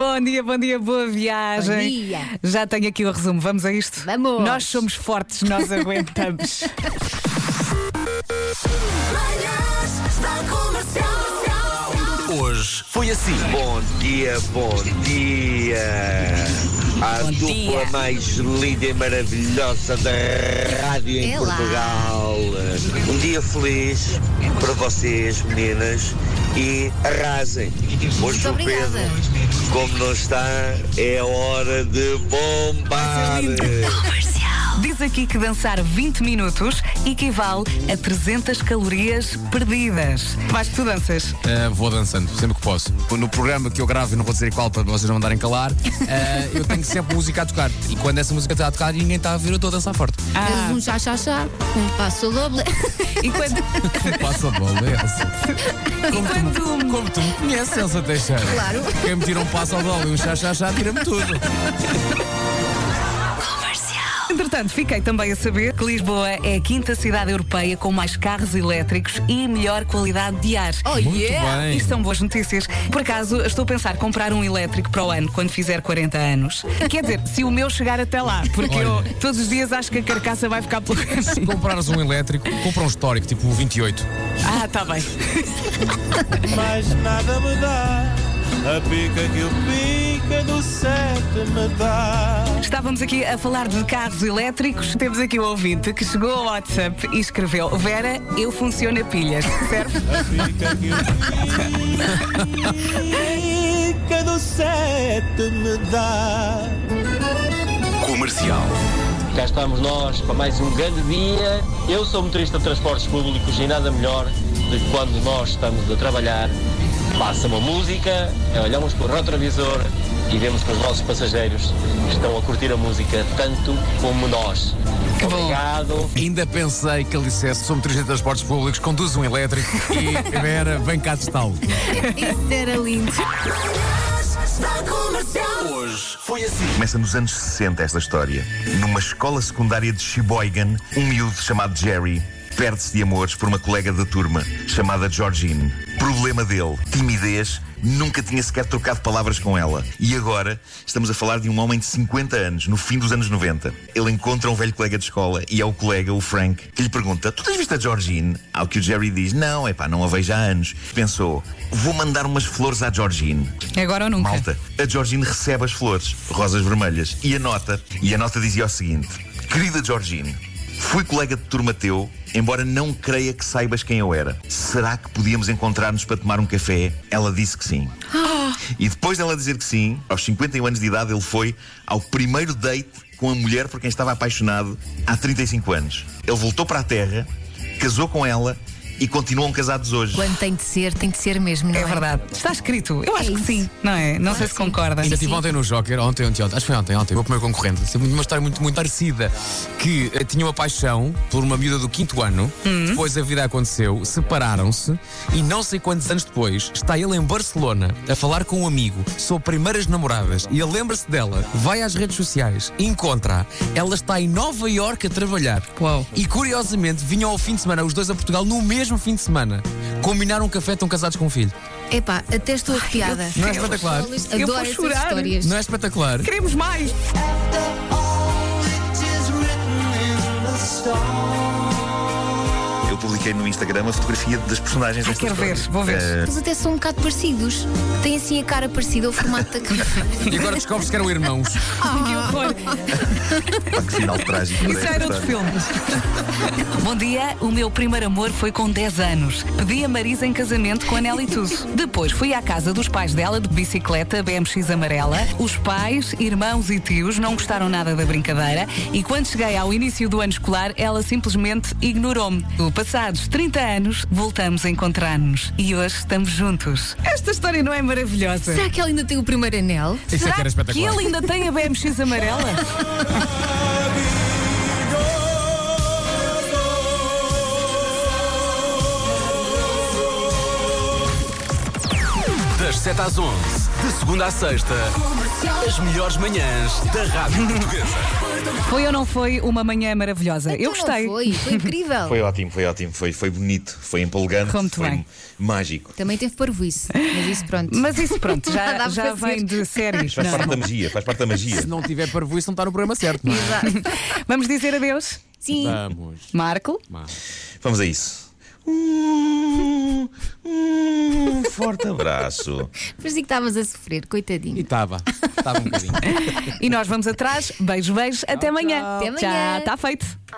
Bom dia, bom dia, boa viagem. Bom dia. Já tenho aqui o resumo, vamos a isto? Vamos. Nós somos fortes, nós aguentamos. Manhãs da Comercial. Hoje foi assim. Bom dia, bom dia. A Bom dupla dia. mais linda e maravilhosa da rádio em Olá. Portugal. Um dia feliz para vocês, meninas, e arrasem. Hoje Muito o Pedro, obrigada. como não está, é hora de bombar. Diz aqui que dançar 20 minutos equivale a 300 calorias perdidas. Vais que tu danças. Uh, vou dançando, sempre que posso. No programa que eu gravo, eu não vou dizer qual para vocês não mandarem calar, uh, eu tenho sempre música a tocar. E quando essa música está a tocar e ninguém está a ouvir, eu estou a dançar forte. Temos um chá-chá-chá, um passo doble. Ah. E quando, Passa a bola, é essa. Como tu, me- como tu me conheces, Elsa Teixeira. Claro. Quem me tira um passo ao bola e um chá-chá-chá, tira-me tudo. entretanto, fiquei também a saber que Lisboa é a quinta cidade europeia com mais carros elétricos e melhor qualidade de ar. Oh Muito yeah! bem. Isto são boas notícias. Por acaso, estou a pensar comprar um elétrico para o ano, quando fizer 40 anos. Quer dizer, se o meu chegar até lá, porque eu Olha. todos os dias acho que a carcaça vai ficar pelo Se caminho. comprares um elétrico, compra um histórico, tipo o 28. Ah, está bem. mas nada me dá. A pica que o pica do sete me dá. Estávamos aqui a falar de carros elétricos. Temos aqui um ouvinte que chegou ao WhatsApp e escreveu: Vera, eu funciono a pilhas. Serve? A pica que o pica do sete me dá. Comercial. Cá estamos nós para mais um grande dia. Eu sou motorista de transportes públicos e nada melhor do que quando nós estamos a trabalhar. Passa uma música, eh, olhamos para o retrovisor e vemos que os nossos passageiros estão a curtir a música tanto como nós. bom. Obrigado. Ainda pensei que ele dissesse: sou motorista de transportes públicos, conduz um elétrico e Vera, vem cá testá-lo. Isso era lindo. Manhãs da Comercial. Hoje foi assim. Começa nos anos 60 esta história. Numa escola secundária de Sheboygan, um miúdo chamado Jerry perde-se de amores por uma colega da turma chamada Georgine. Problema dele, timidez, nunca tinha sequer trocado palavras com ela. E agora estamos a falar de um homem de 50 anos, no fim dos anos 90. Ele encontra um velho colega de escola e é o colega, o Frank, que lhe pergunta: Tu tens visto a Georgine? Ao que o Jerry diz: Não, é pá, não a vejo há anos. Pensou: Vou mandar umas flores à Georgine. Agora ou nunca? Malta, a Georgine recebe as flores, rosas vermelhas, e a nota. E a nota dizia o seguinte: Querida Georgine, fui colega de turma teu, embora não creia que saibas quem eu era. Será que podíamos encontrar-nos para tomar um café? Ela disse que sim. Oh. E depois dela dizer que sim, aos 51 anos de idade, ele foi ao primeiro date com a mulher por quem estava apaixonado há 35 anos. Ele voltou para a Terra, casou com ela e continuam casados hoje. Quando tem de ser, tem de ser mesmo, não é? É verdade. Está escrito. Eu É acho que isso. sim, não é? Não Claro sei se que sim. concorda. Ainda Sim, estive sim. ontem no Joker, ontem, ontem, ontem, acho que foi ontem, ontem, o meu concorrente. Tive uma história muito, muito parecida. Que eh, tinha uma paixão por uma miúda do quinto ano, depois a vida aconteceu, separaram-se e não sei quantos anos depois está ele em Barcelona a falar com um amigo sobre primeiras namoradas e ele lembra-se dela, vai às redes sociais, encontra ela está em Nova Iorque a trabalhar. Uau. E curiosamente vinham ao fim de semana, os dois a Portugal, no mesmo fim de semana. Combinaram um café, estão casados com um filho. Epá, até estou arrepiada. Não é espetacular? Olhos, Eu vou Adoro essas chorar. histórias. Não é espetacular? Queremos mais! Eu publiquei no Instagram a fotografia das personagens desta Ah, quero ver, história. vou ver. Eh, Eles até são um bocado parecidos. Têm assim a cara parecida ao formato da cara. E agora descobres que eram irmãos. Que horror! Pá, que final trágico. é? Isso já era outro filme. Bom dia, o meu primeiro amor foi com 10 anos. Pedi a Marisa em casamento com a Nelly Tuso. Depois fui à casa dos pais dela de bicicleta BMX amarela. Os pais, irmãos e tios não gostaram nada da brincadeira e quando cheguei ao início do ano escolar, ela simplesmente ignorou-me. O Passados 30 anos, voltamos a encontrar-nos e hoje estamos juntos. Esta história não é maravilhosa? Será que ela ainda tem o primeiro anel? Isso é Será que era que espetacular. ele ainda tem a BMX amarela? Das 7 às 11, De segunda à sexta, as melhores manhãs da Rádio Portuguesa. Foi ou não foi uma manhã maravilhosa? Então Eu não gostei. Foi, foi incrível. Foi ótimo, foi ótimo, foi, foi bonito, foi empolgante, Como tu foi bem. mágico. Também teve parvoíce, mas isso pronto. Mas isso pronto, Nada já, a já fazer. vem de séries. Faz não é? parte da magia, faz parte da magia. Se não tiver para isso, não está no programa certo, não é? Vamos dizer adeus? Sim. Vamos. Marco? Vamos a isso. Um, um forte abraço. Parecia que estavas a sofrer, E coitadinho. estava. Estava um bocadinho. E nós vamos atrás. Beijo, beijo. Até amanhã. Até amanhã. Tchau, está feito.